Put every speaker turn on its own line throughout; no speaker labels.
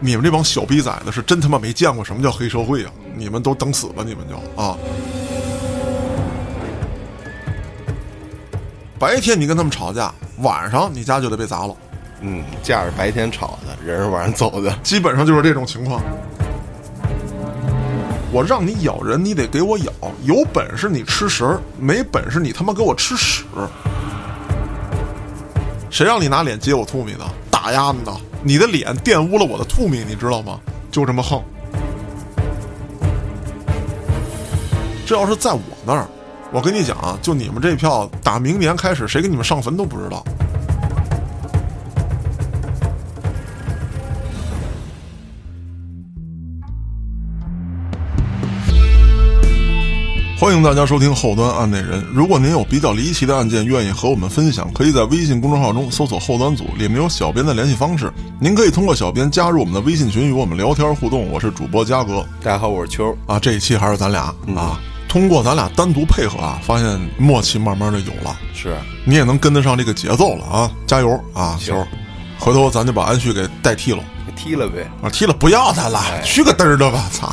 你们这帮小逼崽子是真他妈没见过什么叫黑社会啊！你们都等死吧，你们就啊！白天你跟他们吵架，晚上你家就得被砸了，
嗯，架是白天吵的，人是晚上走的，
基本上就是这种情况。我让你咬人，你得给我咬，有本事你吃食儿，没本事你他妈给我吃屎！谁让你拿脸接我兔米的？打压你的！你的脸玷污了我的兔米，你知道吗？就这么横。这要是在我那儿，我跟你讲啊，就你们这票，打明年开始，谁给你们上坟都不知道。欢迎大家收听《后端案内人》。如果您有比较离奇的案件，愿意和我们分享，可以在微信公众号中搜索“后端组”，里面有小编的联系方式。您可以通过小编加入我们的微信群，与我们聊天互动。我是主播嘉哥
大家好，我是秋儿，
啊，这一期还是咱俩啊。通过咱俩单独配合啊，发现默契慢慢的有了，
是
你也能跟得上这个节奏了啊！加油啊，
行
球儿！回头咱就把安旭给代替了。
踢了呗，
啊，踢了不要他了，去个嘚儿的吧！操！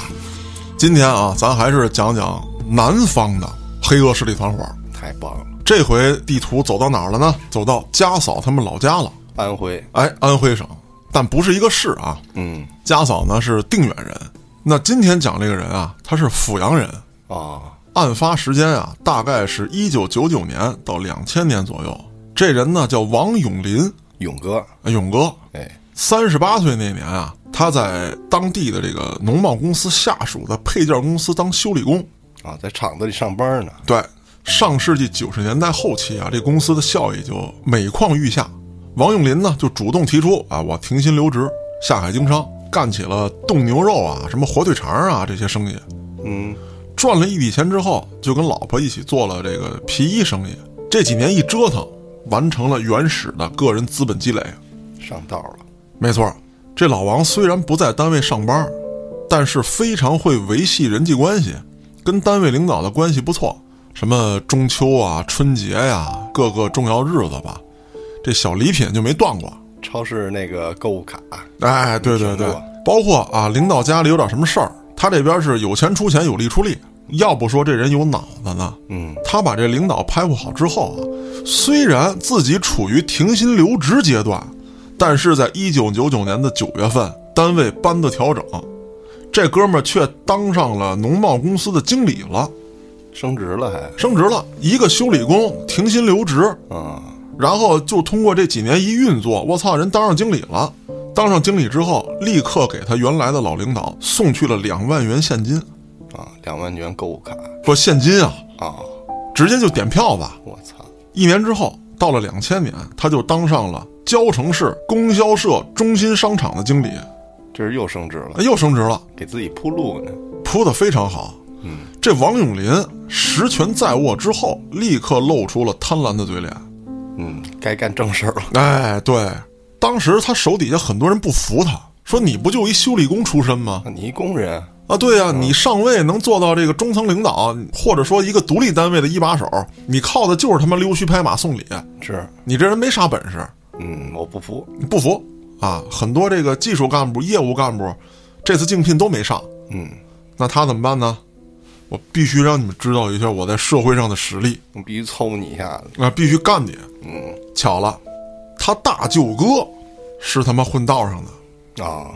今天啊，咱还是讲讲南方的黑恶势力团伙。
太棒了，
这回地图走到哪儿了呢？走到家嫂他们老家了。
安徽，
哎，安徽省，但不是一个市啊。
嗯
家嫂呢是定远人，那今天讲这个人啊，他是阜阳人。
啊，
案发时间啊，大概是一九九九年到两千年左右。这人呢叫王永林，
勇哥，
哎勇哥，
哎，
三十八岁那年啊，他在当地的这个农贸公司下属的配件公司当修理工。
啊，在厂子里上班呢，
对，上世纪九十年代后期啊，这公司的效益就每况愈下。王永林呢，就主动提出啊，我停薪留职，下海经商，干起了冻牛肉啊、什么火腿肠啊这些生意。
嗯，
赚了一笔钱之后，就跟老婆一起做了这个皮衣生意。这几年一折腾，完成了原始的个人资本积累。
上道了，
没错，这老王虽然不在单位上班，但是非常会维系人际关系，跟单位领导的关系不错。什么中秋啊、春节呀、各个重要日子吧，这小礼品就没断过。
超市那个购物卡，
哎，对对对
听过，
包括啊，领导家里有点什么事儿，他这边是有钱出钱，有力出力。要不说这人有脑子呢，
嗯，
他把这领导拍护好之后啊，虽然自己处于停薪留职阶段，但是在一九九九年的九月份，单位班子调整，这哥们儿却当上了农贸公司的经理了，
升职了还，
升职了。一个修理工停薪留职，
啊，
然后就通过这几年一运作，我操，人当上经理了。当上经理之后，立刻给他原来的老领导送去了两万元现金，
啊，两万元购物卡，
说现金啊，
啊，
直接就点票吧。
我操，
一年之后，到了两千年，他就当上了交城市供销社中心商场的经理，
这是又升职了，
哎又升职了，
给自己铺路呢，
铺的非常好。
嗯，
这王永林实权在握之后，立刻露出了贪婪的嘴脸。
嗯，该干正事儿了，
哎，对，当时他手底下很多人不服他，说你不就一修理工出身吗？
啊你一工人，
啊，对呀、你上位能做到这个中层领导，或者说一个独立单位的一把手，你靠的就是他妈溜须拍马送礼，
是，
你这人没啥本事。
嗯，我不服，
你不服啊！很多这个技术干部、业务干部，这次竞聘都没上，
嗯，
那他怎么办呢？我必须让你们知道一下我在社会上的实力
我必须抽你一下子，
啊！必须干你！
嗯，
巧了，他大舅哥是他妈混道上的
啊，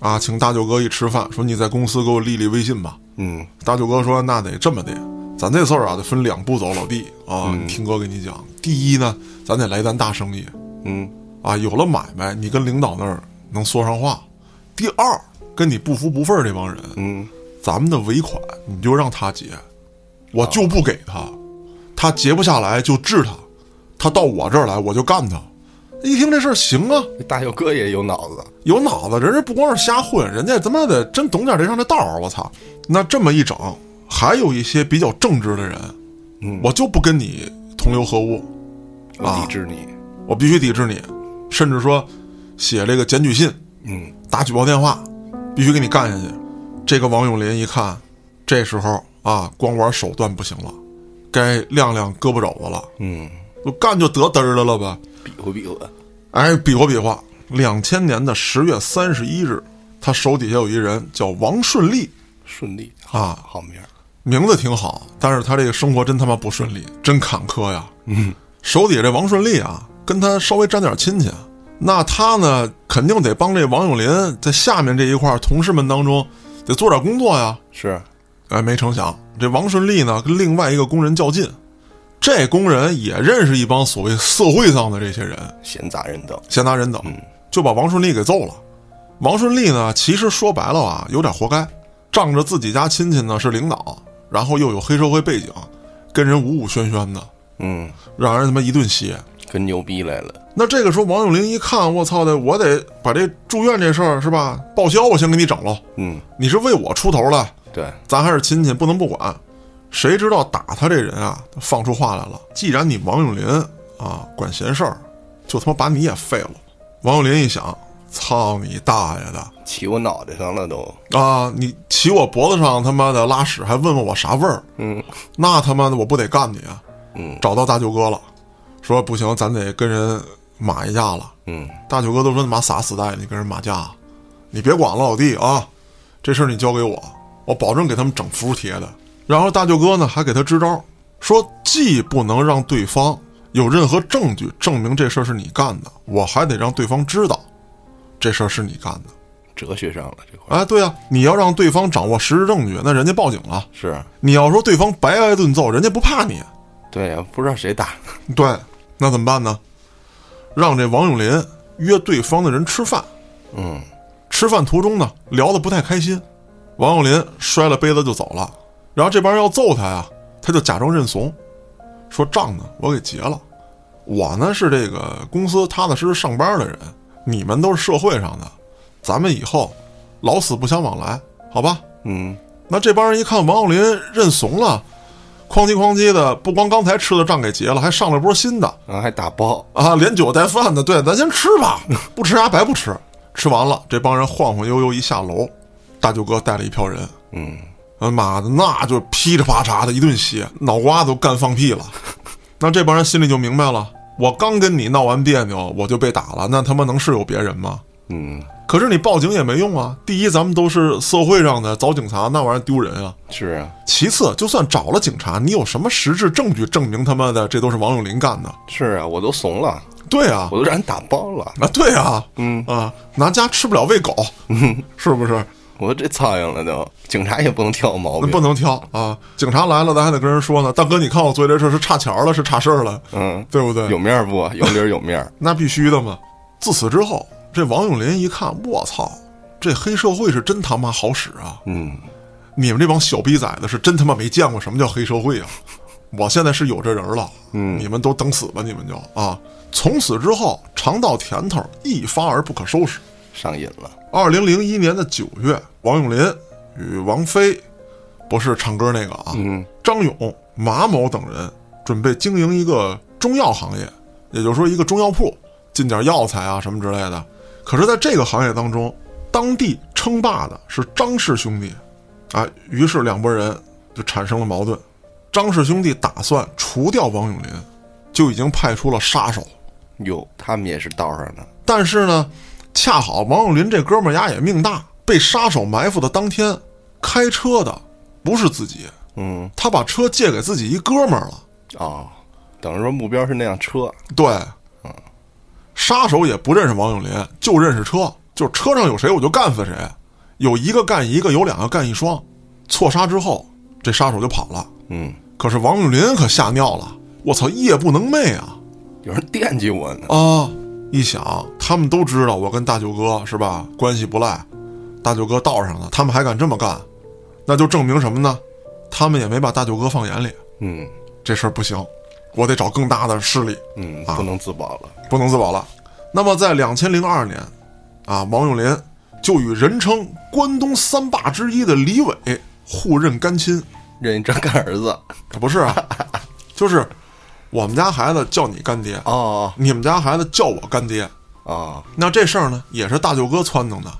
啊，请大舅哥一吃饭，说你在公司给我立立威信吧。
嗯，
大舅哥说：“那得这么的，咱这事儿啊得分两步走，老弟啊，你听哥给你讲。第一呢，咱得来单大生意
嗯，
啊，有了买卖，你跟领导那儿能说上话。第二，跟你不服不忿儿这帮人，
嗯，
咱们的尾款你就让他结，我就不给他，他结不下来就治他，他到我这儿来我就干他。一听这事儿行啊，
这大舅哥也有脑子，
有脑子，人家不光是瞎混，人家他妈的真懂点这上这道儿，我操！那这么一整，还有一些比较正直的人，
嗯
我就不跟你同流合污，
我抵制你，
我必须抵制你，甚至说写这个检举信，
嗯，
打举报电话，必须给你干下去。这个王永林一看，这时候啊，光玩手段不行了，该亮亮胳膊肘子了，
嗯，
就干就得嘚儿的了呗。
比划比划，
哎，比划比划。两千年的十月三十一日，他手底下有一人叫王顺利，
顺利
啊
好名儿，
名字挺好，但是他这个生活真他妈不顺利，真坎坷呀。嗯，手底下这王顺利啊，跟他稍微沾点亲戚，啊那他呢肯定得帮这王永林在下面这一块儿同事们当中得做点工作呀。
是
哎，没成想这王顺利呢跟另外一个工人较劲，这工人也认识一帮所谓社会上的这些人，
闲杂人等，
闲杂人等，就把王顺利给揍了。王顺利呢，其实说白了啊，有点活该，仗着自己家亲戚呢是领导，然后又有黑社会背景，跟人武武轩轩的，
嗯，
让人他妈一顿歇。
跟牛逼来了，
那这个时候，王永林一看，我操的，我得把这住院这事儿是吧，报销我先给你整喽。
嗯，
你是为我出头了，
对，
咱还是亲戚，不能不管。谁知道打他这人啊，放出话来了。既然你王永林啊管闲事儿，就他妈把你也废了。王永林一想，操你大爷的
骑我脑袋上了都，
啊！你骑我脖子上他妈的拉屎，还问问我啥味儿？
嗯
那他妈的我不得干你啊！
嗯
找到大舅哥了，说不行，咱得跟人马一架了。
嗯，
大舅哥都说他妈傻死蛋，你跟人马架，你别管了，老弟啊，这事儿你交给我，我保证给他们整服帖的。然后大舅哥呢还给他支招，说既不能让对方有任何证据证明这事儿是你干的，我还得让对方知道这事儿是你干的。
哲学上了这块儿，
哎，对啊，你要让对方掌握实质证据，那人家报警了；
是
你要说对方白挨顿揍，人家不怕你。
对呀，不知道谁打的，
对，那怎么办呢？让这王永林约对方的人吃饭。
嗯，
吃饭途中呢，聊得不太开心，王永林摔了杯子就走了。然后这帮人要揍他呀，他就假装认怂，说账呢我给结了，我呢是这个公司踏踏实实上班的人，你们都是社会上的，咱们以后老死不相往来，好吧？
嗯，
那这帮人一看王永林认怂了，哐叽哐叽的，不光刚才吃的账给结了，还上了波新的，
然后还打包，
啊，连酒带饭的，对，咱先吃吧，不吃啥白不吃。吃完了，这帮人晃晃悠悠一下楼，大舅哥带了一票人，
嗯，
啊妈的，那就噼里啪嚓的一顿歇，脑瓜子都干放屁了。 那这帮人心里就明白了，我刚跟你闹完别扭，我就被打了，那他妈能是有别人吗？
嗯，
可是你报警也没用啊。第一，咱们都是社会上的，找警察那玩意儿丢人啊。
是啊，
其次，就算找了警察，你有什么实质证据证明他妈的这都是王永林干的？
是啊，我都怂了，
对啊，
我都让人打包了，
啊，对啊，
嗯
啊，拿家吃不了 喂狗，是不是？
我这苍蝇了都，警察也不能挑我毛
那
病，
不能挑啊！警察来了，咱还得跟人说呢。大哥，你看我做这事儿是差钱儿了，是差事儿了，
嗯，
对不对？
有面儿不？有理儿有面儿，
那必须的嘛。自此之后，这王永林一看，我操，这黑社会是真他妈好使啊！
嗯，
你们这帮小逼崽子是真他妈没见过什么叫黑社会啊！我现在是有这人了，嗯，你们都等死吧，你们就啊！从此之后，尝到甜头，一发而不可收拾。
上瘾了，
二零零一年的九月，王永林与王菲，不是唱歌那个啊，张勇、马某等人准备经营一个中药行业，也就是说一个中药铺，进点药材啊什么之类的。可是，在这个行业当中，当地称霸的是张氏兄弟，啊，于是两拨人就产生了矛盾。张氏兄弟打算除掉王永林，就已经派出了杀手。
哟，他们也是道上的，
但是呢，恰好王永林这哥们儿丫也命大，被杀手埋伏的当天，开车的不是自己，
嗯，
他把车借给自己一哥们儿了。
哦，等于说目标是那辆车，
对，杀手也不认识王永林，就认识车，就是车上有谁我就干死谁，有一个干一个，有两个干一双。错杀之后，这杀手就跑了。
嗯，
可是王永林可吓尿了，我操，夜不能寐啊！
有人惦记我呢，
啊！一想，他们都知道我跟大舅哥是吧，关系不赖，大舅哥道上了，他们还敢这么干，那就证明什么呢？他们也没把大舅哥放眼里，
嗯
这事儿不行，我得找更大的势力，
嗯，不能自保了，
不能自保了。那么在两千零二年，啊，王永林就与人称关东三霸之一的李伟互认干亲，
认一张干儿子，
可不是啊， 就是我们家孩子叫你干爹，
哦
你们家孩子叫我干爹。
哦，
那这事儿呢，也是大舅哥撺弄的。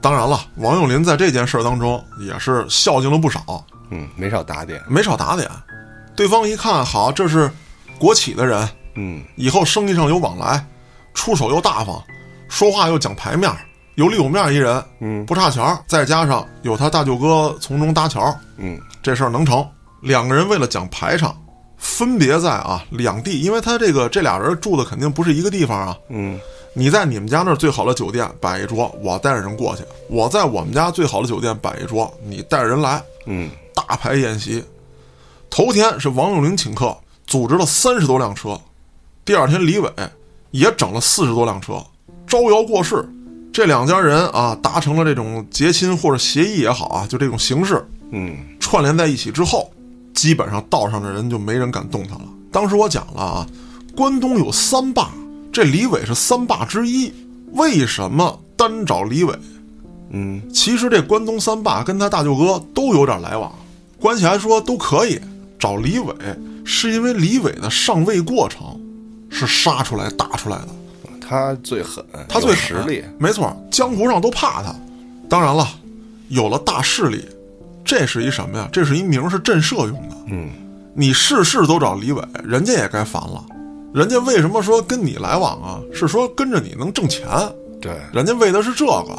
当然了，王永林在这件事儿当中也是孝敬了不少，
嗯，没少打点，
没少打点。对方一看，好，这是国企的人，
嗯
以后生意上有往来，出手又大方，说话又讲排面儿，有里有面一人，
嗯
不差钱儿，再加上有他大舅哥从中搭桥，
嗯
这事儿能成。两个人为了讲排场，分别在啊两地，因为他这个这俩人住的肯定不是一个地方啊。
嗯
你在你们家那儿最好的酒店摆一桌，我带着人过去；我在我们家最好的酒店摆一桌，你带着人来。
嗯，
大排宴席。头天是王永龄请客，组织了三十多辆车；第二天李伟也整了四十多辆车，招摇过市。这两家人啊，达成了这种结亲或者协议也好啊，就这种形式
嗯
串联在一起之后，基本上道上的人就没人敢动他了。当时我讲了啊，关东有三霸，这李伟是三霸之一。为什么单找李伟？
嗯
其实这关东三霸跟他大舅哥都有点来往，关起来说都可以。找李伟是因为李伟的上位过程是杀出来打出来的，
嗯，他最狠，
他
有
最
实
狠啊
力，
没错，江湖上都怕他。当然了，有了大势力，这是一什么呀？这是一名是震慑用的。
嗯
你事事都找李伟，人家也该烦了。人家为什么说跟你来往啊？是说跟着你能挣钱，
对，
人家为的是这个。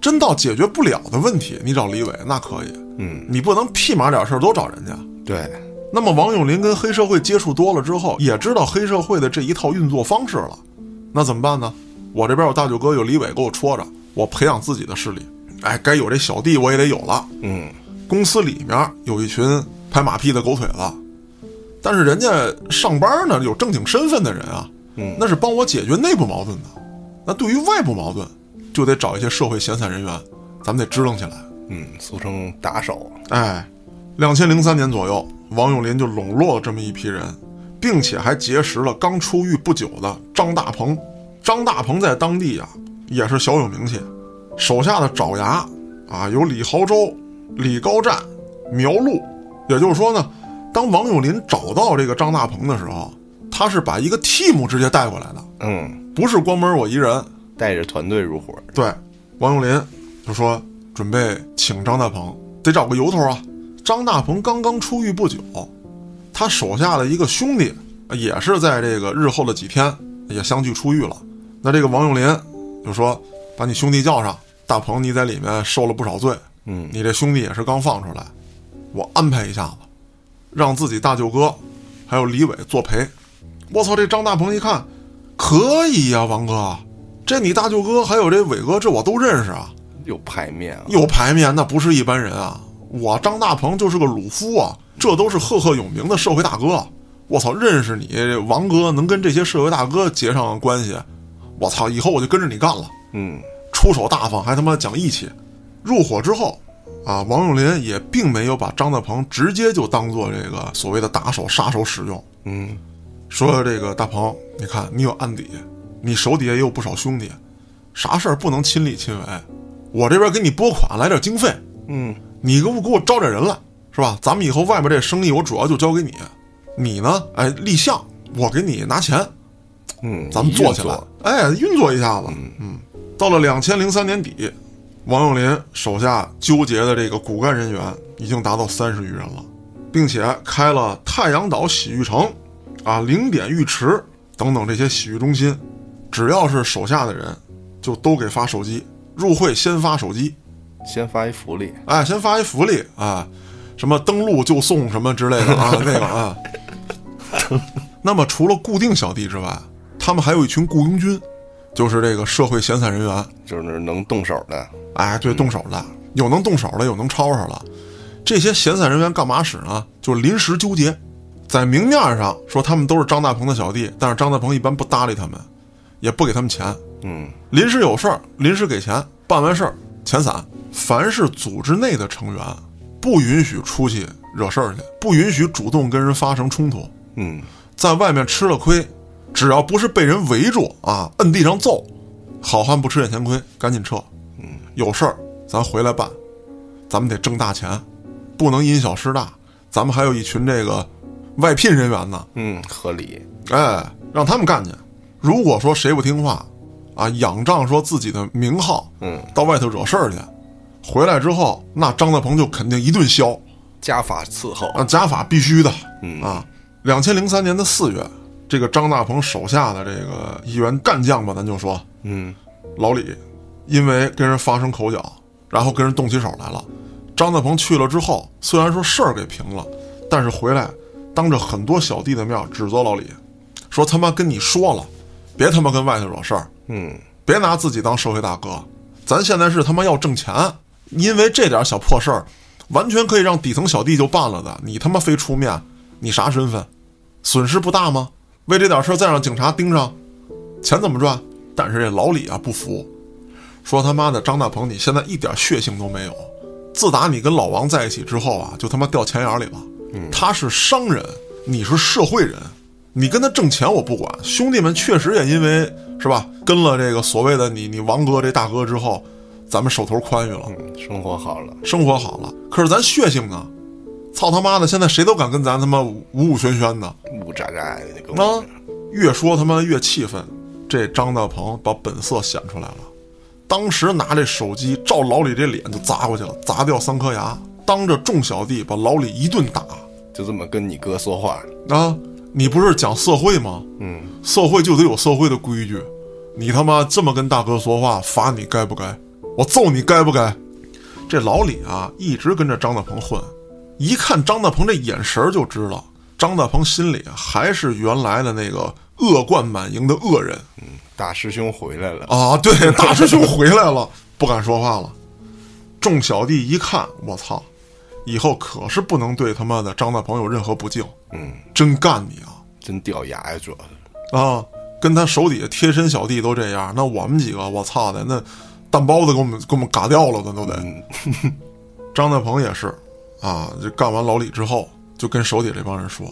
真到解决不了的问题，你找李伟那可以，
嗯
你不能屁马点事儿都找人家。
对，
那么王永林跟黑社会接触多了之后，也知道黑社会的这一套运作方式了，那怎么办呢？我这边有大舅哥有李伟给我戳着，我培养自己的势力。哎，该有这小弟我也得有了。
嗯
公司里面有一群拍马屁的狗腿子，但是人家上班呢有正经身份的人啊，
嗯
那是帮我解决内部矛盾的。那对于外部矛盾，就得找一些社会闲散人员，咱们得支棱起来。
嗯，俗称打手，
哎，两千零三年左右，王永林就笼络了这么一批人，并且还结识了刚出狱不久的张大鹏。张大鹏在当地啊也是小有名气，手下的爪牙啊有李濠州、李高湛、苗路。也就是说呢，当王永林找到这个张大鹏的时候，他是把一个 team 直接带过来的，
嗯，
不是光门我一人。
带着团队入伙，
对，王永林就说准备请张大鹏，得找个由头啊。张大鹏刚刚出狱不久，他手下的一个兄弟呃也是在这个日后的几天也相继出狱了。那这个王永林就说：“把你兄弟叫上，大鹏你在里面受了不少罪，
嗯
你这兄弟也是刚放出来，我安排一下子，让自己大舅哥还有李伟作陪。我操！这张大鹏一看，可以呀、王哥，这你大舅哥还有这伟哥，这我都认识啊，
有牌面啊，
有排面那不是一般人啊！我张大鹏就是个鲁夫啊，这都是赫赫有名的社会大哥。我操，认识你这王哥，能跟这些社会大哥结上关系，我操，以后我就跟着你干了。
嗯
出手大方，还他妈讲义气。入伙之后，啊，王永林也并没有把张大鹏直接就当做这个所谓的打手、杀手使用，
嗯
说这个大鹏，你看你有案底，你手底下也有不少兄弟，啥事儿不能亲力亲为，我这边给你拨款来点经费，
嗯
你给我给我招点人来，是吧？咱们以后外面这生意我主要就交给你，你呢，哎，立项，我给你拿钱，
嗯，
咱们做起
运
来
作，，
哎，运作一下子。嗯到了两千零三年底，王永林手下纠结的这个骨干人员已经达到三十余人了，并且开了太阳岛洗浴城、啊零点浴池等等这些洗浴中心，只要是手下的人，就都给发手机，入会先发手机，
先发一福利，
哎，先发一福利啊，什么登录就送什么之类的啊，那个啊。那么除了固定小弟之外，他们还有一群雇佣军，就是这个社会闲散人员。
就是能动手的，
哎，对，动手的有能动手的，有能吵吵的。这些闲散人员干嘛使呢？就临时纠结，在明面上说他们都是张大鹏的小弟，但是张大鹏一般不搭理他们，也不给他们钱。
嗯
临时有事儿，临时给钱，办完事儿钱散。凡是组织内的成员，不允许出去惹事儿去，不允许主动跟人发生冲突，
嗯
在外面吃了亏，只要不是被人围住啊，摁地上揍，好汉不吃眼前亏，赶紧撤。
嗯，
有事儿咱回来办，咱们得挣大钱，不能因小失大。咱们还有一群这个外聘人员呢，
嗯，合理，
哎，让他们干去。如果说谁不听话，啊，仰仗说自己的名号，
嗯，
到外头惹事儿去，回来之后，那张大鹏就肯定一顿削，
家法伺候，
啊，家法必须的，
嗯
啊。两千零三年的四月，这个张大鹏手下的这个一员干将吧，咱就说
嗯
老李因为跟人发生口角，然后跟人动起手来了。张大鹏去了之后，虽然说事儿给平了，但是回来当着很多小弟的面指责老李，说他妈跟你说了，别他妈跟外头惹事儿，
嗯，
别拿自己当社会大哥，咱现在是他妈要挣钱，因为这点小破事儿，完全可以让底层小弟就办了的，你他妈非出面，你啥身份？损失不大吗？为这点事儿再让警察盯上，钱怎么赚？但是这老李啊不服，说他妈的张大鹏，你现在一点血性都没有，自打你跟老王在一起之后啊，就他妈掉钱眼里了。他是商人，你是社会人，你跟他挣钱我不管。兄弟们确实也因为是吧，跟了这个所谓的你你王哥这大哥之后，咱们手头宽裕了，
嗯生活好了，
生活好了。可是咱血性呢？操他妈的！现在谁都敢跟咱他妈五五轩轩的，
呜喳喳的，你跟
啊
我，
越说他妈越气愤。这张大鹏把本色显出来了，当时拿这手机照老李这脸就砸过去了，砸掉三颗牙，当着众小弟把老李一顿打。
就这么跟你哥说话，
啊，你不是讲社会吗？
嗯，
社会就得有社会的规矩。你他妈这么跟大哥说话，罚你该不该？我揍你该不该？这老李啊，一直跟着张大鹏混，一看张大鹏这眼神儿就知道，张大鹏心里还是原来的那个恶贯满盈的恶人
大师兄回来了，
啊！对，大师兄回来了， 不敢说话了。众小弟一看，我操，以后可是不能对他妈的张大鹏有任何不敬，
嗯，
真干你啊！
真掉牙呀，主要是，
啊，跟他手底下贴身小弟都这样，那我们几个，我操的，那蛋包子给我们给我们嘎掉了的都得。 张大鹏也是，啊，就干完老李之后，就跟手底下这帮人说，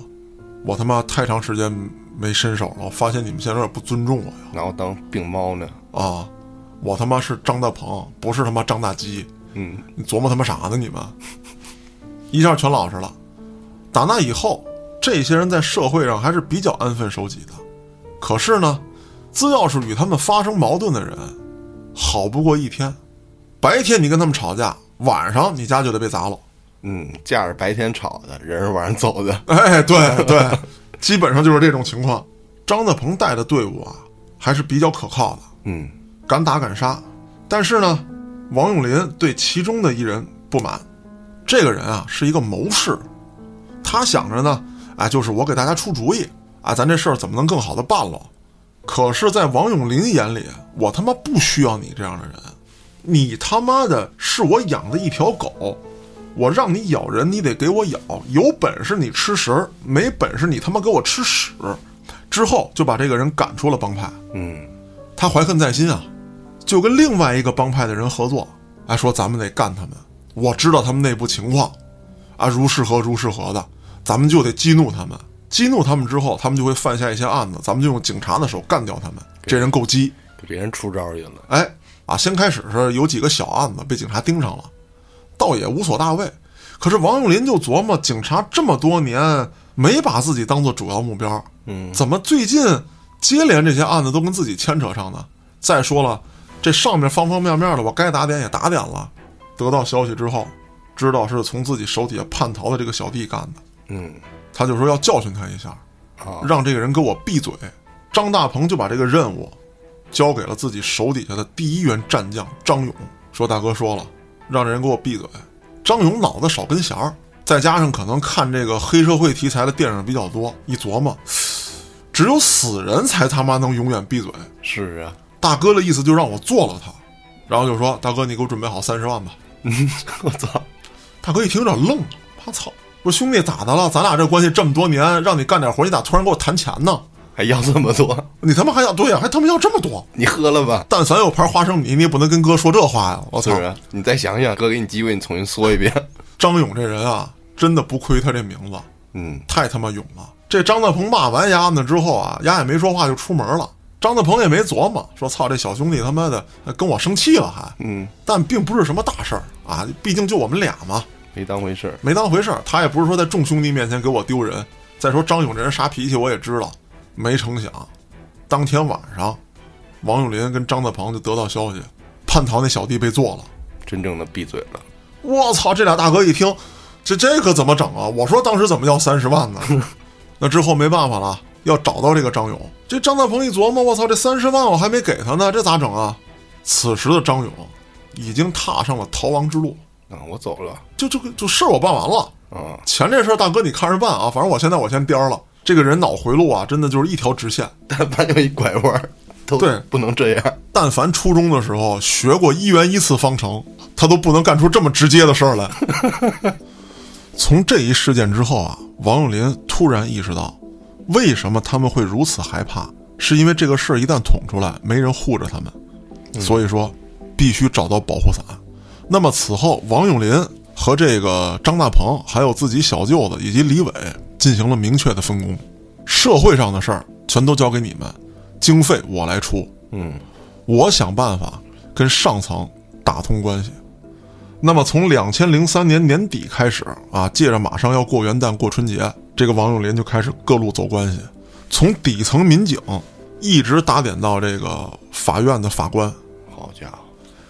我他妈太长时间没伸手了，我发现你们现在有点不尊重我呀，
然后当病猫呢，
啊，我他妈是张大鹏，不是他妈张大鸡，
嗯，
你琢磨他妈啥呢？你们一下全老实了。打那以后，这些人在社会上还是比较安分守己的。可是呢，只要是与他们发生矛盾的人，好不过一天。白天你跟他们吵架，晚上你家就得被砸了。
嗯，架着白天吵的，人是晚上走的，
哎，对对，基本上就是这种情况。张大鹏带的队伍啊，还是比较可靠的。
嗯，
敢打敢杀。但是呢，王永林对其中的一人不满，这个人啊是一个谋士，他想着呢，哎，就是我给大家出主意，啊，咱这事儿怎么能更好的办了？可是，在王永林眼里，我他妈不需要你这样的人，你他妈的是我养的一条狗，我让你咬人，你得给我咬，有本事你吃食儿，没本事你他妈给我吃屎。之后就把这个人赶出了帮派。
嗯，
他怀恨在心啊，就跟另外一个帮派的人合作，哎，说咱们得干他们。我知道他们内部情况，啊，如是何如是何的，咱们就得激怒他们。激怒他们之后，他们就会犯下一些案子，咱们就用警察的手干掉他们。这人够激，
给别人出招去了，
哎，啊，先开始是有几个小案子被警察盯上了，倒也无所大谓。可是王永林就琢磨，警察这么多年没把自己当做主要目标，
嗯，
怎么最近接连这些案子都跟自己牵扯上呢？再说了，这上面方方面面的，我该打点也打点了。得到消息之后，知道是从自己手底下叛逃的这个小弟干的，
嗯，
他就说要教训他一下，
啊，
让这个人给我闭嘴。张大鹏就把这个任务交给了自己手底下的第一员战将张勇，说：“大哥说了，让这人给我闭嘴。”张勇脑子少根弦儿，再加上可能看这个黑社会题材的电影比较多，一琢磨，只有死人才他妈能永远闭嘴。
是啊，
大哥的意思就让我做了他，然后就说：“大哥，你给我准备好三十万吧。”
我操，
大哥一听有点愣了，我操！我说兄弟咋的了？咱俩这关系这么多年，让你干点活，你咋突然给我谈钱呢？
还要这么多，
你他妈还要对呀、还他妈要这么多？
你喝了吧？
但凡有盘花生米，你也不能跟哥说这话呀！我
是
操，
啊，你再想想，哥给你机会，你重新说一遍。
张勇这人啊，真的不亏他这名字，
嗯，
太他妈勇了。这张大鹏骂完丫呢之后啊，丫也没说话就出门了。张大鹏也没琢磨，说操这小兄弟他妈的呃跟我生气了还，
嗯，
但并不是什么大事儿啊，毕竟就我们俩嘛，
没当回事儿。
没当回事儿。他也不是说在众兄弟面前给我丢人。再说张勇这人啥脾气我也知道，没成想，当天晚上，王永林跟张大鹏就得到消息，叛逃那小弟被做了。
真正的闭嘴了。
我操！这俩大哥一听，这这可怎么整啊？我说当时怎么要三十万呢？那之后没办法了，要找到这个张勇。这张大鹏一琢磨，我操，这三十万我还没给他呢，这咋整啊？此时的张勇已经踏上了逃亡之路，
啊，我走了
就就就事儿我办完了，
啊，
钱这事儿大哥你看着办啊，反正我现在我先颠儿了。这个人脑回路啊，真的就是一条直线。
但凡有一拐弯儿，都
对
不能这样。
但凡初中的时候学过一元一次方程，他都不能干出这么直接的事儿来。从这一事件之后啊，王永林突然意识到，为什么他们会如此害怕，是因为这个事儿一旦捅出来，没人护着他们，所以说必须找到保护伞。那么此后，王永林和这个张大鹏，还有自己小舅子以及李伟进行了明确的分工，社会上的事儿全都交给你们，经费我来出。
嗯，
我想办法跟上层打通关系。那么从两千零三年年底开始啊，借着马上要过元旦、过春节，这个王永林就开始各路走关系，从底层民警一直打点到这个法院的法官。
好家伙，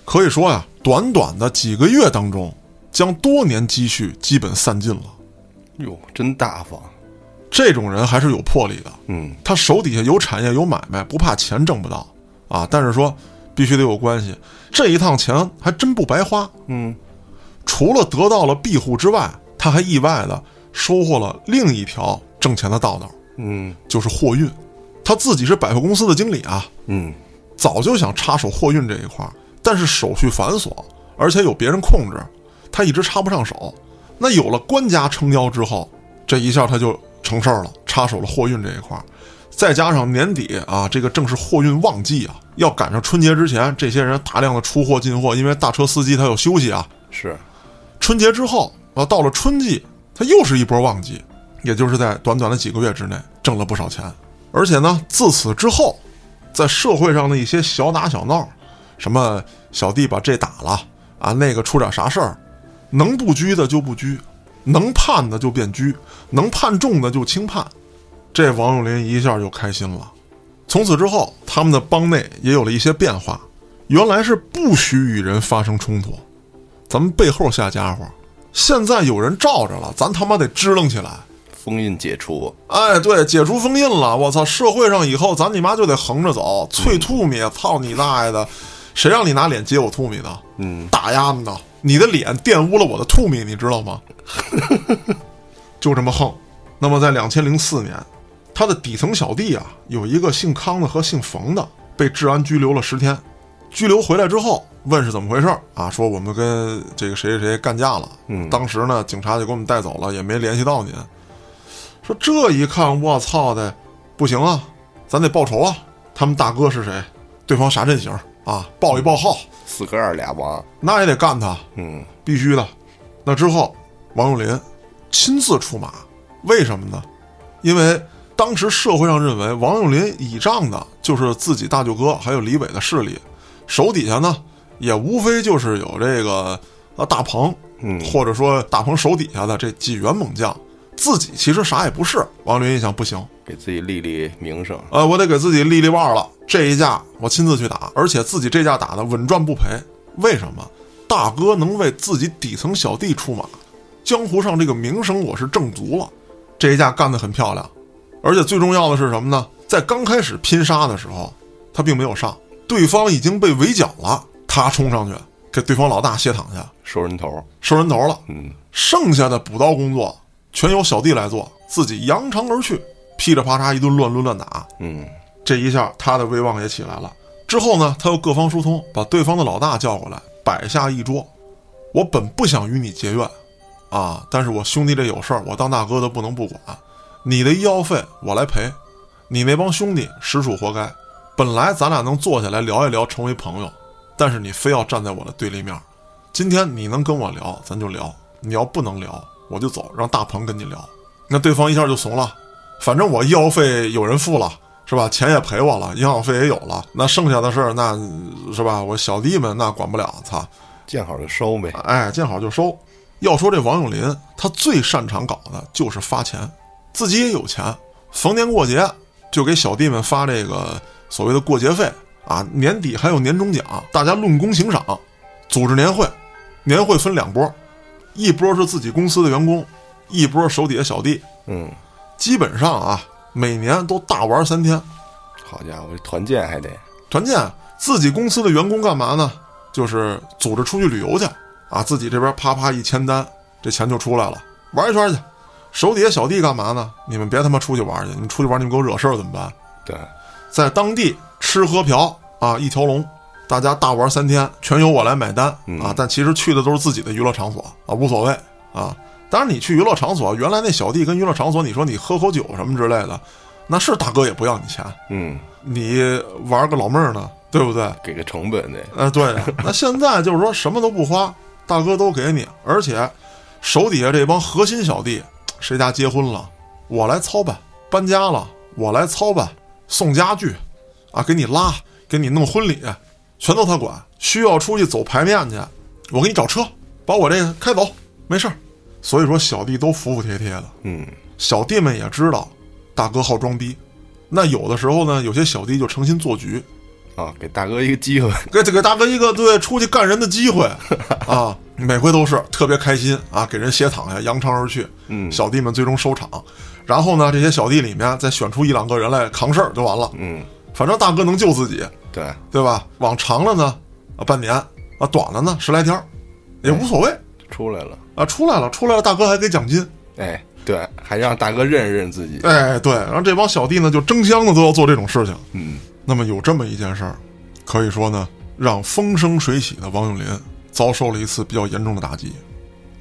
可以说呀，短短的几个月当中，将多年积蓄基本散尽了。
哟，真大方。
这种人还是有魄力的，
嗯，
他手底下有产业有买卖，不怕钱挣不到啊，但是说必须得有关系。这一趟钱还真不白花，
嗯，
除了得到了庇护之外，他还意外的收获了另一条挣钱的道道，
嗯
就是货运。他自己是百货公司的经理啊，
嗯，
早就想插手货运这一块儿，但是手续繁琐，而且有别人控制，他一直插不上手。那有了官家撑腰之后，这一下他就成事儿了，插手了货运这一块儿。再加上年底啊，这个正是货运旺季啊，要赶上春节之前，这些人大量的出货进货，因为大车司机他有休息啊。
是，
春节之后啊，到了春季，他又是一波旺季，也就是在短短的几个月之内挣了不少钱。而且呢，自此之后，在社会上的一些小打小闹，什么小弟把这打了啊，那个出点啥事儿，能不拘的就不拘，能判的就变拘，能判重的就轻判。这王永林一下就开心了。从此之后，他们的帮内也有了一些变化，原来是不许与人发生冲突，咱们背后下家伙。现在有人罩着了，咱他妈得支棱起来。
封印解除，
哎，对，解除封印了，我操！社会上以后咱你妈就得横着走，
嗯
啐吐米，操你大爷的！谁让你拿脸接我吐米的？
嗯，
打压你的，你的脸玷污了我的吐米，你知道 吗？就这么横。那么在两千零四年，他的底层小弟啊，有一个姓康的和姓冯的被治安拘留了十天，拘留回来之后问是怎么回事儿啊，说我们跟这个谁谁谁干架了，
嗯
当时呢警察就给我们带走了，也没联系到您。说这一看，我操的，不行啊，咱得报仇啊！他们大哥是谁？对方啥阵型啊？报一报号，
四个二俩王，
那也得干他，
嗯，
必须的。那之后，王永林亲自出马，为什么呢？因为当时社会上认为王永林倚仗的就是自己大舅哥还有李伟的势力，手底下呢也无非就是有这个呃大鹏，
嗯
或者说大鹏手底下的这几员猛将，自己其实啥也不是。王永林一想，不行，
给自己立立名声，
呃，我得给自己立立腕儿了。这一架我亲自去打，而且自己这架打的稳赚不赔。为什么？大哥能为自己底层小弟出马，江湖上这个名声我是挣足了。这一架干得很漂亮，而且最重要的是什么呢？在刚开始拼杀的时候，他并没有上，对方已经被围剿了，他冲上去给对方老大血躺下，
收人头，
收人头了。
嗯，
剩下的补刀工作全由小弟来做，自己扬长而去，噼里啪嚓一顿乱抡乱打。
嗯，
这一下他的威望也起来了。之后呢，他又各方疏通，把对方的老大叫过来，摆下一桌。我本不想与你结怨，啊，但是我兄弟这有事儿，我当大哥的不能不管。你的医药费我来赔，你那帮兄弟实属活该。本来咱俩能坐下来聊一聊，成为朋友，但是你非要站在我的对立面。今天你能跟我聊，咱就聊；你要不能聊，我就走，让大鹏跟你聊。那对方一下就怂了，反正我医药费有人付了，是吧？钱也赔我了，营养费也有了，那剩下的事儿，那是吧？我小弟们那管不了，操！
见好就收呗，
哎，见好就收。要说这王永林，他最擅长搞的就是发钱，自己也有钱，逢年过节就给小弟们发这个所谓的过节费啊，年底还有年终奖，大家论功行赏，组织年会，年会分两波，一波是自己公司的员工，一波手底下小弟，
嗯，
基本上啊，每年都大玩三天。
好家伙，这团建还得，
团建自己公司的员工干嘛呢？就是组织出去旅游去啊，自己这边啪啪一签单，这钱就出来了，玩一圈去。手底下小弟干嘛呢？你们别他妈出去玩去，你们出去玩你们给我惹事儿怎么办？
对，
在当地吃喝嫖啊一条龙，大家大玩三天，全由我来买单啊。但其实去的都是自己的娱乐场所啊，无所谓啊。当然，你去娱乐场所，原来那小弟跟娱乐场所，你说你喝口酒什么之类的，那是大哥也不要你钱，
嗯，
你玩个老妹儿呢，对不对？
给个成本得，
呃，对。那现在就是说什么都不花，大哥都给你，而且手底下这帮核心小弟，谁家结婚了，我来操办；搬家了，我来操办；送家具，啊，给你拉，给你弄婚礼，全都他管。需要出去走排面去，我给你找车，把我这个开走，没事儿。所以说，小弟都服服帖帖的。
嗯，
小弟们也知道，大哥好装逼。那有的时候呢，有些小弟就诚心做局，
啊，给大哥一个机会，
给这给大哥一个对出去干人的机会啊，每回都是特别开心啊，给人斜躺下，扬长而去。
嗯
小弟们最终收场，然后呢，这些小弟里面再选出一两个人来扛事儿就完了。
嗯，
反正大哥能救自己，
对，
对吧？往长了呢，啊半年啊，短了呢十来天儿，也无所谓
出来了，
啊。出来了，出来了，大哥还给奖金。
哎，对，还让大哥认识认识自己，
哎，对，然后这帮小弟呢就争相的都要做这种事情。
嗯，
那么有这么一件事儿，可以说呢，让风生水起的王永林遭受了一次比较严重的打击。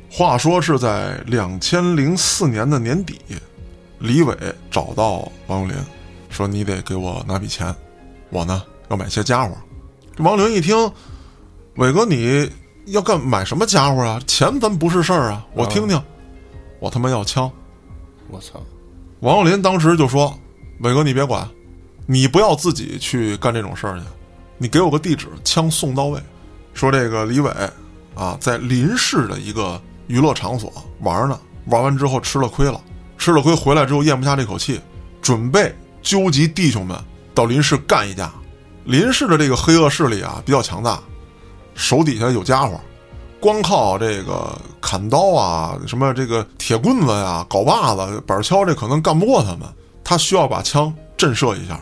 话说是在两千零四年的年底，李伟找到王永林，说：“你得给我拿笔钱，我呢要买些家伙。”这王林一听，伟哥你要干买什么家伙啊？钱咱不是事儿啊！我听听，我他妈要枪！
我操，
王若林当时就说：“伟哥，你别管，你不要自己去干这种事儿去，你给我个地址，枪送到位。”说这个李伟啊，在林市的一个娱乐场所玩呢，玩完之后吃了亏了，吃了亏回来之后咽不下这口气，准备纠集弟兄们到林市干一架。林市的这个黑恶势力啊比较强大，手底下有家伙，光靠这个砍刀啊、什么这个铁棍子呀、镐把子、板锹，这可能干不过他们。他需要把枪震慑一下，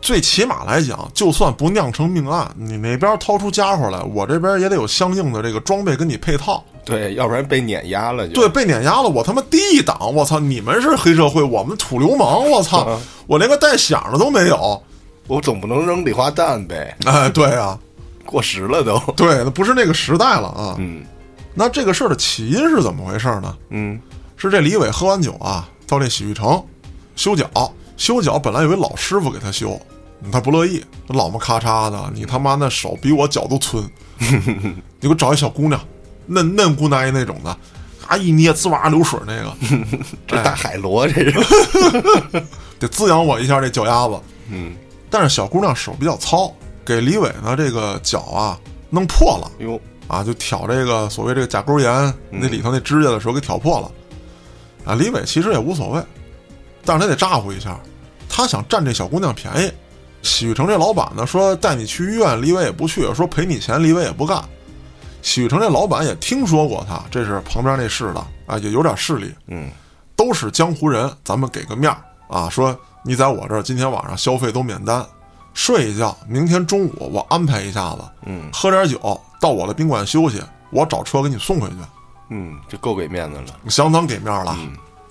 最起码来讲，就算不酿成命案，你那边掏出家伙来，我这边也得有相应的这个装备跟你配套。
对，要不然被碾压了就，
对，，被碾压了，我他妈第一档，我操！你们是黑社会，我们土流氓，我操
嗯！
我连个带响的都没有。
我总不能扔礼花弹呗，
哎，对啊，
过时了都，
对，那不是那个时代了啊。
嗯
那这个事儿的起因是怎么回事呢？
嗯，
是这李伟喝完酒啊，到这洗浴城修脚，修脚本来有一老师傅给他修，他不乐意，老么咔嚓的，你他妈那手比我脚都粗， 你给我找一小姑娘，嫩嫩姑奶奶那种的，啊一捏滋哇流水那 个，
这大海螺这 是，
得滋养我一下这脚丫子。
嗯，
但是小姑娘手比较糙，给李伟呢这个脚啊弄破了。
哟，
啊，就挑这个所谓这个甲沟炎那里头那指甲的时候给挑破了。啊，李伟其实也无所谓，但是他得咋呼一下，他想占这小姑娘便宜。洗浴城这老板呢说带你去医院，李伟也不去；说赔你钱，李伟也不干。洗浴城这老板也听说过他，这是旁边那市的啊，也有点势力，
嗯，
都是江湖人，咱们给个面儿啊，说你在我这儿今天晚上消费都免单，睡一觉，明天中午我安排一下子，
嗯
喝点酒到我的宾馆休息，我找车给你送回去，
嗯，这够给面子了，
相当给面了。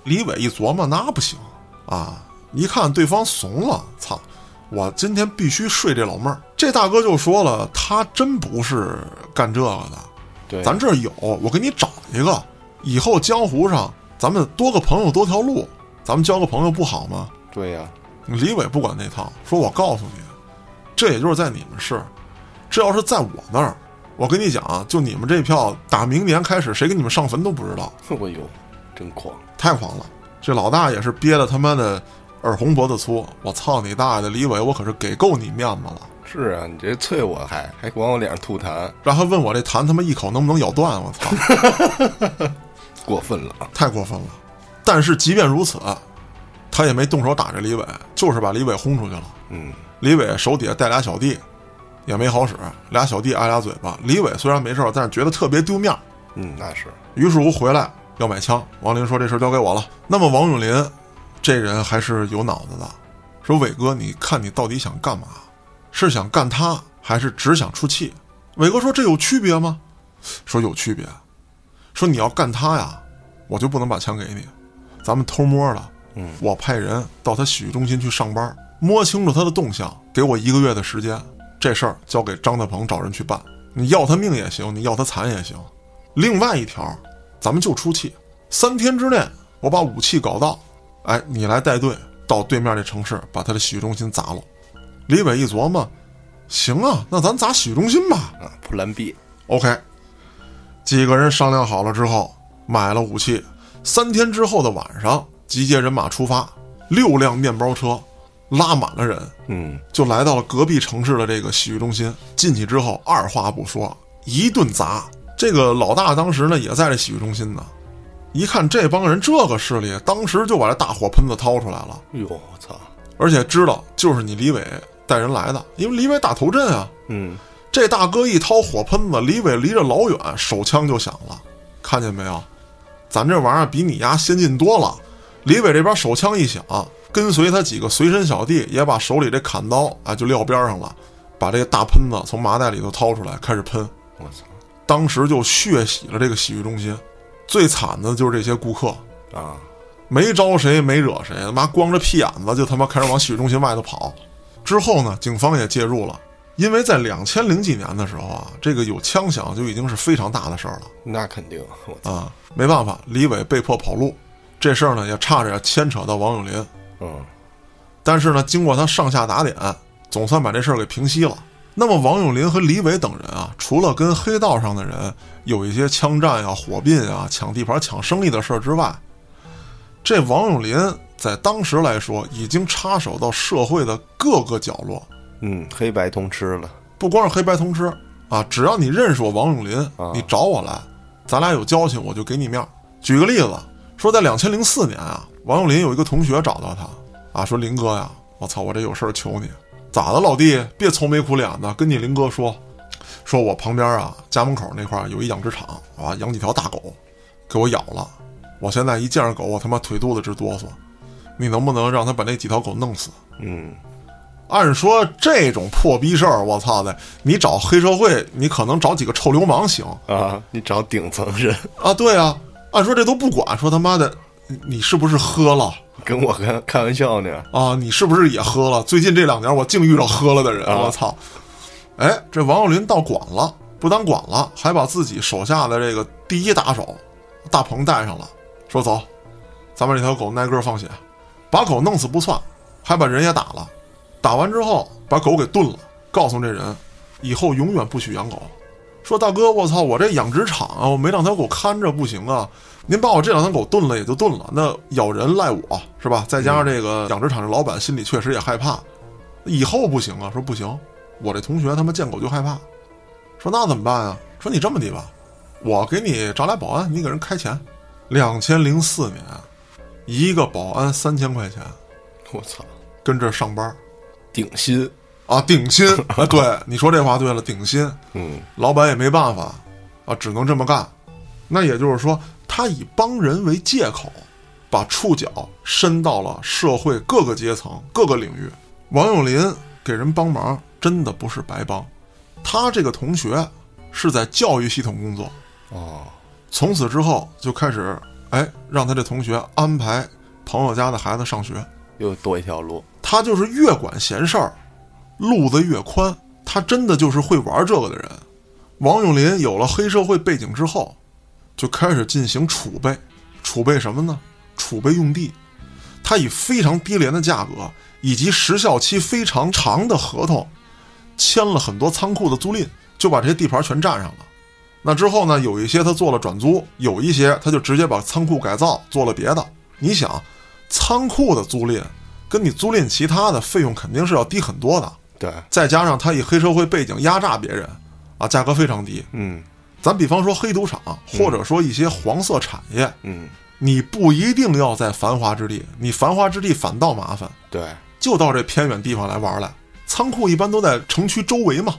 李伟一琢磨，那不行啊！一看对方怂了，操，我今天必须睡这老妹儿。这大哥就说了，他真不是干这个的，
对，
咱这儿有，我给你找一个。以后江湖上咱们多个朋友多条路，咱们交个朋友不好吗？
对 呀、
李伟不管那套，说我告诉你，这也就是在你们市，这要是在我那儿，我跟你讲啊，就你们这票打明年开始，谁给你们上坟都不知道，
我哟，哎真狂，
太狂了！这老大也是憋得他妈的耳红脖子粗，我操你大爷的，李伟，我可是给够你面子了。
是啊，你这啐我还还往我脸上吐痰，
然后问我这痰他妈一口能不能咬断，我操！
过分了啊，
太过分了。但是即便如此，他也没动手打这李伟，就是把李伟轰出去了。
嗯，
李伟手底下带俩小弟，也没好使，俩小弟挨俩嘴巴。李伟虽然没事儿，但是觉得特别丢面儿，
嗯，那是，
于是乎回来要买枪。王林说：“这事儿交给我了。”那么王永林这人还是有脑子的，说：“伟哥，你看你到底想干嘛？是想干他，还是只想出气？伟哥说这有区别吗？说有区别。说你要干他呀，我就不能把枪给你，咱们偷摸的。嗯，我派人到他洗浴中心去上班，摸清楚他的动向，给我一个月的时间，这事儿交给张大鹏找人去办。你要他命也行，你要他残也行。另外一条，咱们就出气，三天之内我把武器搞到，哎，你来带队到对面这城市，把他的洗浴中心砸了。李伟一琢磨，行啊，那咱砸洗浴中心吧。
啊，不蓝 B，
OK，几个人商量好了之后，买了武器。三天之后的晚上，集结人马出发，六辆面包车拉满了人，
嗯，
就来到了隔壁城市的这个洗浴中心。进去之后，二话不说，一顿砸。这个老大当时呢也在这洗浴中心呢，一看这帮人这个势力，当时就把这大火喷子掏出来了，
哟，我操，
而且知道就是你李伟带人来的，因为李伟打头阵啊。
嗯，
这大哥一掏火喷子，李伟离着老远，手枪就响了，看见没有？咱这玩意儿比你丫先进多了。李伟这边手枪一响，跟随他几个随身小弟也把手里这砍刀啊就撂边上了，把这个大喷子从麻袋里头掏出来，开始喷。
我操，
当时就血洗了这个洗浴中心。最惨的就是这些顾客，
啊，
没招谁，没惹谁，他妈光着屁眼子就他妈开始往洗浴中心外头跑。之后呢，警方也介入了，因为在两千零几年的时候啊，这个有枪响就已经是非常大的事儿了
那肯定，我操，
啊。没办法，李伟被迫跑路，这事儿呢也差点牵扯到王永林。
嗯，
但是呢，经过他上下打点，总算把这事儿给平息了。那么，王永林和李伟等人啊，除了跟黑道上的人有一些枪战呀、火并啊、抢地盘、抢生意的事儿之外，这王永林在当时来说，已经插手到社会的各个角落，
嗯，黑白通吃了，
不光是黑白通吃啊，只要你认识我王永林，你找我来，咱俩有交情，我就给你面儿。举个例子，说在两千零四年啊，王永林有一个同学找到他啊，说林哥呀，我操，我这有事儿求你，咋的，老弟，别愁眉苦脸的，跟你林哥说，说我旁边啊家门口那块儿有一养殖场啊，养几条大狗，给我咬了，我现在一见着狗，我他妈腿肚子直哆嗦，你能不能让他把那几条狗弄死？
嗯，
按说这种破逼事儿，我操的，你找黑社会，你可能找几个臭流氓行
啊，你找顶层 人，
啊？对啊，按说这都不管，说他妈的，你你是不是喝了
跟我开开玩笑呢，
啊？你是不是也喝了？最近这两年我净遇到喝了的人，
啊
我操！哎，这王若林倒管了，不但管了，还把自己手下的这个第一打手大鹏带上了，说走，咱把这条狗挨个放血，把狗弄死不算，还把人也打了。打完之后，把狗给炖了，告诉这人，以后永远不许养狗。说大哥，我操，我这养殖场啊，我没两条狗看着不行啊。您把我这两条狗炖了也就炖了，那咬人赖我啊是吧？再加上这个养殖场这老板心里确实也害怕，以后不行啊。说不行，我这同学他妈见狗就害怕。说那怎么办啊？说你这么的吧，我给你找俩保安，你给人开钱。两千零四年，一个保安三千块钱，
我操，
跟这儿上班儿
顶薪，
啊，顶薪啊，对，你说这话对了，顶薪，
嗯，
老板也没办法啊，只能这么干。那也就是说，他以帮人为借口，把触角伸到了社会各个阶层、各个领域。王永林给人帮忙，真的不是白帮。他这个同学是在教育系统工作，
哦，
从此之后就开始，哎，让他这同学安排朋友家的孩子上学。
又多一条路，
他就是越管闲事儿，路子越宽。他真的就是会玩这个的人。王永林有了黑社会背景之后，就开始进行储备，储备什么呢？储备用地。他以非常低廉的价格以及时效期非常长的合同，签了很多仓库的租赁，就把这些地盘全占上了。那之后呢，有一些他做了转租，有一些他就直接把仓库改造做了别的。你想，仓库的租赁跟你租赁其他的费用肯定是要低很多的，
对，
再加上他以黑社会背景压榨别人，啊，价格非常低。
嗯
咱比方说黑赌场，或者说一些黄色产业，
嗯，
你不一定要在繁华之地，你繁华之地反倒麻烦。
对，
就到这偏远地方来玩来。仓库一般都在城区周围嘛，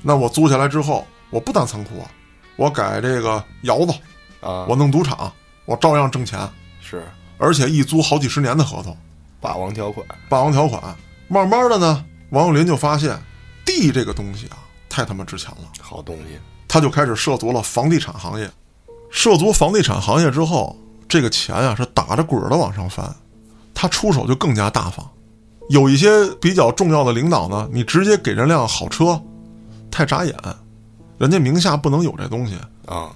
那我租下来之后，我不当仓库啊，我改这个窑子，
啊，
我弄赌场，我照样挣钱，
是
而且一租好几十年的合同，
霸王条款，
霸王条款。慢慢的呢，王永林就发现，地这个东西啊，太他妈值钱了。
好东西，
他就开始涉足了房地产行业。涉足房地产行业之后，这个钱啊是打着滚儿的往上翻，他出手就更加大方。有一些比较重要的领导呢，你直接给人辆好车，太扎眼，人家名下不能有这东西，
啊，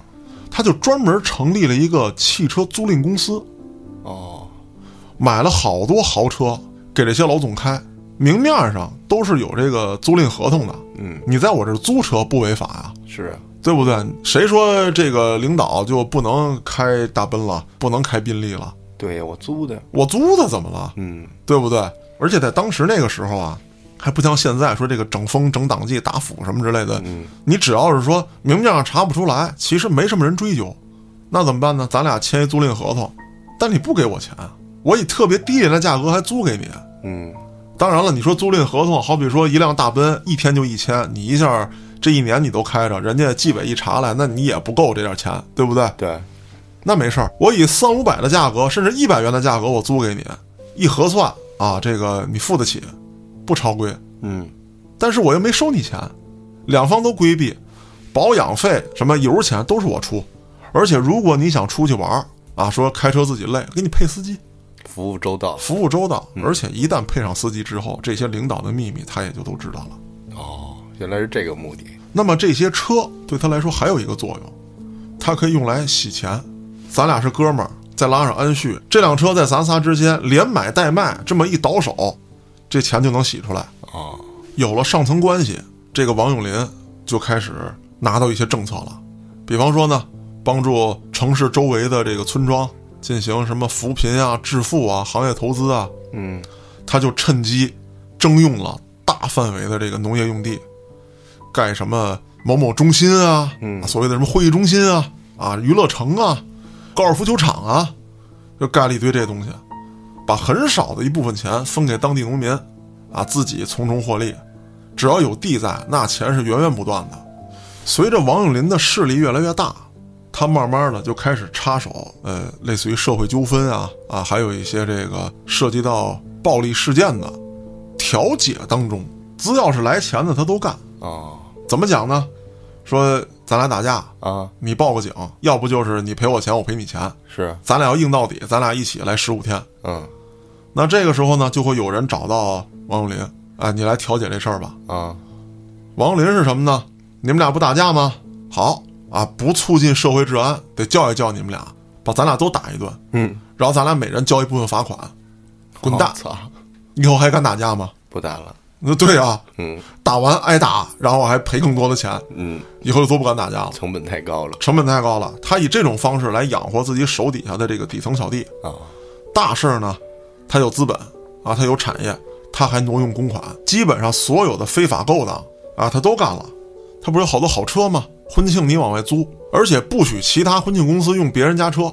他就专门成立了一个汽车租赁公司，
哦，
买了好多豪车给这些老总开，明面上都是有这个租赁合同的，
嗯，
你在我这儿租车不违法啊，
是啊，
对不对？谁说这个领导就不能开大奔了，不能开宾利了？
对呀，我租的，
我租的怎么了？
嗯，
对不对？而且在当时那个时候啊，还不像现在说这个整风、整党纪、打腐什么之类的。你只要是说明面上查不出来，其实没什么人追究，那怎么办呢？咱俩签一租赁合同，但你不给我钱，我以特别低廉的价格还租给你。
嗯，
当然了，你说租赁合同，好比说一辆大奔一天就一千，你一下这一年你都开着，人家纪委一查来，那你也不够这点钱，对不对？
对，
那没事儿，我以三五百的价格，甚至一百元的价格，我租给你，一核算啊，这个你付得起，不超规。
嗯，
但是我又没收你钱，两方都规避，保养费什么油钱都是我出，而且如果你想出去玩儿啊，说开车自己累，给你配司机，
服务周到，
服务周到。而且一旦配上司机之后，这些领导的秘密他也就都知道了。
哦，原来是这个目的，
那么这些车对他来说还有一个作用，它可以用来洗钱。咱俩是哥们儿，再拉上安旭，这辆车在咱仨之间连买带卖，这么一倒手，这钱就能洗出来。
哦，
有了上层关系，这个王永林就开始拿到一些政策了，比方说呢，帮助城市周围的这个村庄进行什么扶贫啊、致富啊、行业投资啊，
嗯，
他就趁机征用了大范围的这个农业用地，盖什么某某中心啊，
嗯
所谓的什么会议中心啊，啊娱乐城啊，高尔夫球场啊，就盖了一堆这东西，把很少的一部分钱分给当地农民，啊自己从中获利，只要有地在，那钱是源源不断的。随着王永林的势力越来越大，他慢慢的就开始插手，呃，类似于社会纠纷啊啊，还有一些这个涉及到暴力事件的调解当中，只要是来钱的他都干。
哦，
怎么讲呢？说咱俩打架，
啊，
你报个警，要不就是你赔我钱，我赔你钱，
是，
咱俩要硬到底，咱俩一起来十五天。
嗯，
那这个时候呢，就会有人找到王永林，哎，你来调解这事儿吧。
啊，
王林是什么呢？你们俩不打架吗？好啊，不促进社会治安，得教育教育你们俩，把咱俩都打一顿，
嗯，
然后咱俩每人交一部分罚款，滚蛋
我！操，
以后还敢打架吗？
不打了，
那对啊，
嗯
打完挨打，然后还赔更多的钱，
嗯，
以后就都不敢打架了，
成本太高了，
成本太高了。他以这种方式来养活自己手底下的这个底层小弟，
啊，
大事儿呢，他有资本啊，他有产业，他还挪用公款，基本上所有的非法勾当啊，他都干了。他不是有好多好车吗？婚庆你往外租，而且不许其他婚庆公司用别人家车，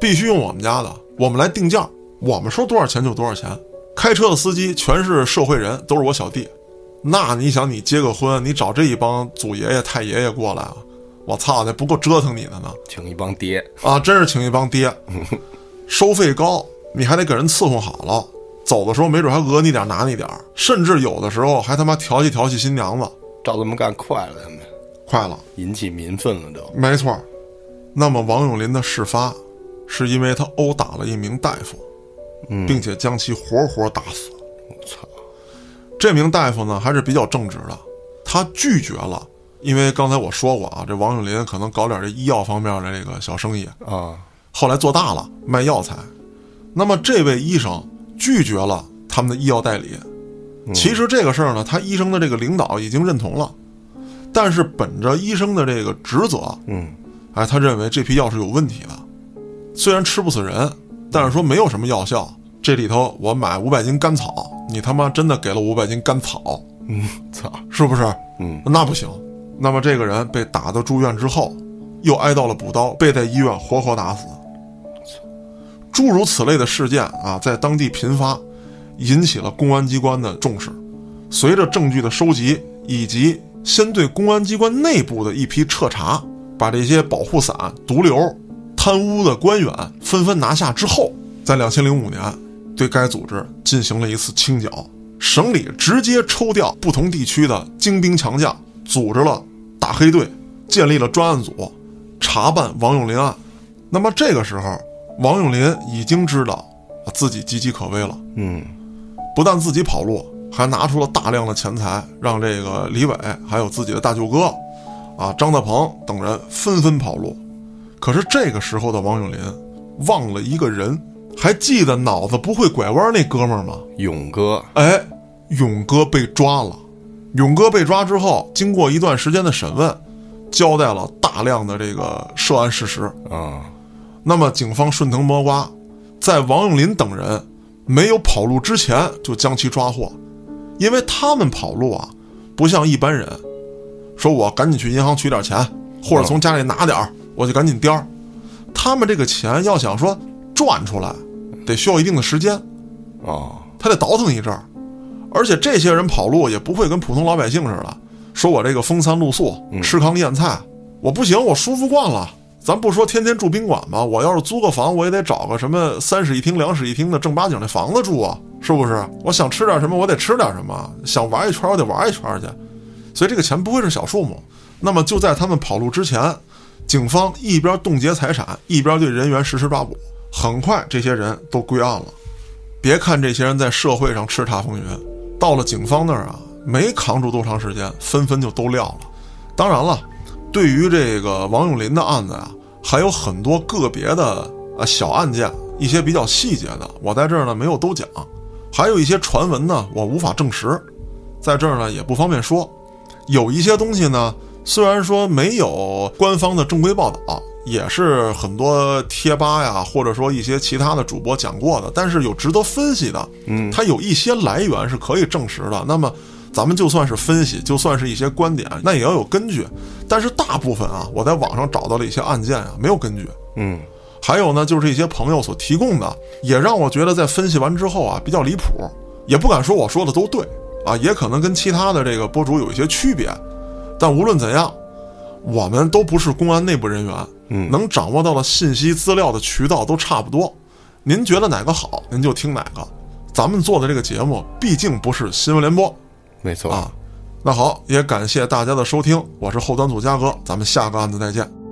必须用我们家的，我们来定价，我们收多少钱就多少钱。开车的司机全是社会人，都是我小弟。那你想，你结个婚，你找这一帮祖爷爷、太爷爷过来啊？我操，那不够折腾你的呢！
请一帮爹，
啊，真是请一帮爹，收费高，你还得给人伺候好了。走的时候没准还讹你点儿拿你点儿，甚至有的时候还他妈调戏调戏新娘子，
照这么干快了，他们
快了，
引起民愤了都，
没错儿。那么王永林的事发，是因为他殴打了一名大夫，
嗯
并且将其活活打死。
我操，
这名大夫呢还是比较正直的，他拒绝了，因为刚才我说过啊，这王永林可能搞点这医药方面的这个小生意，
啊，
后来做大了，卖药材。那么这位医生拒绝了他们的医药代理。其实这个事儿呢，他医生的这个领导已经认同了，但是本着医生的这个职责，
嗯，
哎，他认为这批药是有问题的，虽然吃不死人，但是说没有什么药效。这里头我买五百斤甘草，你他妈真的给了五百斤甘草，
嗯，操，
是不是？
嗯，
那不行。那么这个人被打到住院之后，又挨到了补刀，被在医院活活打死。诸如此类的事件啊，在当地频发，引起了公安机关的重视。随着证据的收集，以及先对公安机关内部的一批彻查，把这些保护伞、毒瘤、贪污的官员纷纷拿下之后，在两千零五年，对该组织进行了一次清剿。省里直接抽调不同地区的精兵强将，组织了大黑队，建立了专案组，查办王永林案。啊那么这个时候，王永林已经知道啊自己岌岌可危了，
嗯
不但自己跑路，还拿出了大量的钱财，让这个李伟还有自己的大舅哥，啊张大鹏等人纷纷跑路。可是这个时候的王永林忘了一个人，还记得脑子不会拐弯那哥们儿吗？
勇哥，
哎，勇哥被抓了。勇哥被抓之后，经过一段时间的审问，交代了大量的这个涉案事实。
啊，
那么，警方顺藤摸瓜，在王永林等人没有跑路之前就将其抓获，因为他们跑路啊，不像一般人，说我赶紧去银行取点钱，或者从家里拿点儿，我就赶紧颠儿。他们这个钱要想说赚出来，得需要一定的时间，
哦，
他得倒腾一阵儿。而且这些人跑路也不会跟普通老百姓似的，说我这个风餐露宿、吃糠咽菜，我不行，我舒服惯了。咱不说天天住宾馆吧，我要是租个房，我也得找个什么三室一厅、两室一厅的正八经的房子住啊，是不是？我想吃点什么，我得吃点什么；想玩一圈，我得玩一圈去。所以这个钱不会是小数目。那么就在他们跑路之前，警方一边冻结财产，一边对人员实施抓捕。很快，这些人都归案了。别看这些人在社会上叱咤风云，到了警方那儿啊，没扛住多长时间，纷纷就都撂了。当然了，对于这个王永林的案子啊，还有很多个别的啊小案件，一些比较细节的，我在这儿呢没有都讲，还有一些传闻呢，我无法证实，在这儿呢也不方便说。有一些东西呢，虽然说没有官方的正规报道，也是很多贴吧呀，或者说一些其他的主播讲过的，但是有值得分析的。嗯，它有一些来源是可以证实的。那么，咱们就算是分析，就算是一些观点，那也要有根据。但是大部分啊，我在网上找到了一些案件啊，没有根据。
嗯
还有呢，就是一些朋友所提供的，也让我觉得在分析完之后啊，比较离谱，也不敢说我说的都对啊，也可能跟其他的这个博主有一些区别。但无论怎样，我们都不是公安内部人员，
嗯
能掌握到的信息资料的渠道都差不多。您觉得哪个好，您就听哪个。咱们做的这个节目毕竟不是新闻联播
没错
啊。那好，也感谢大家的收听，我是后端组嘉哥，咱们下个案子再见。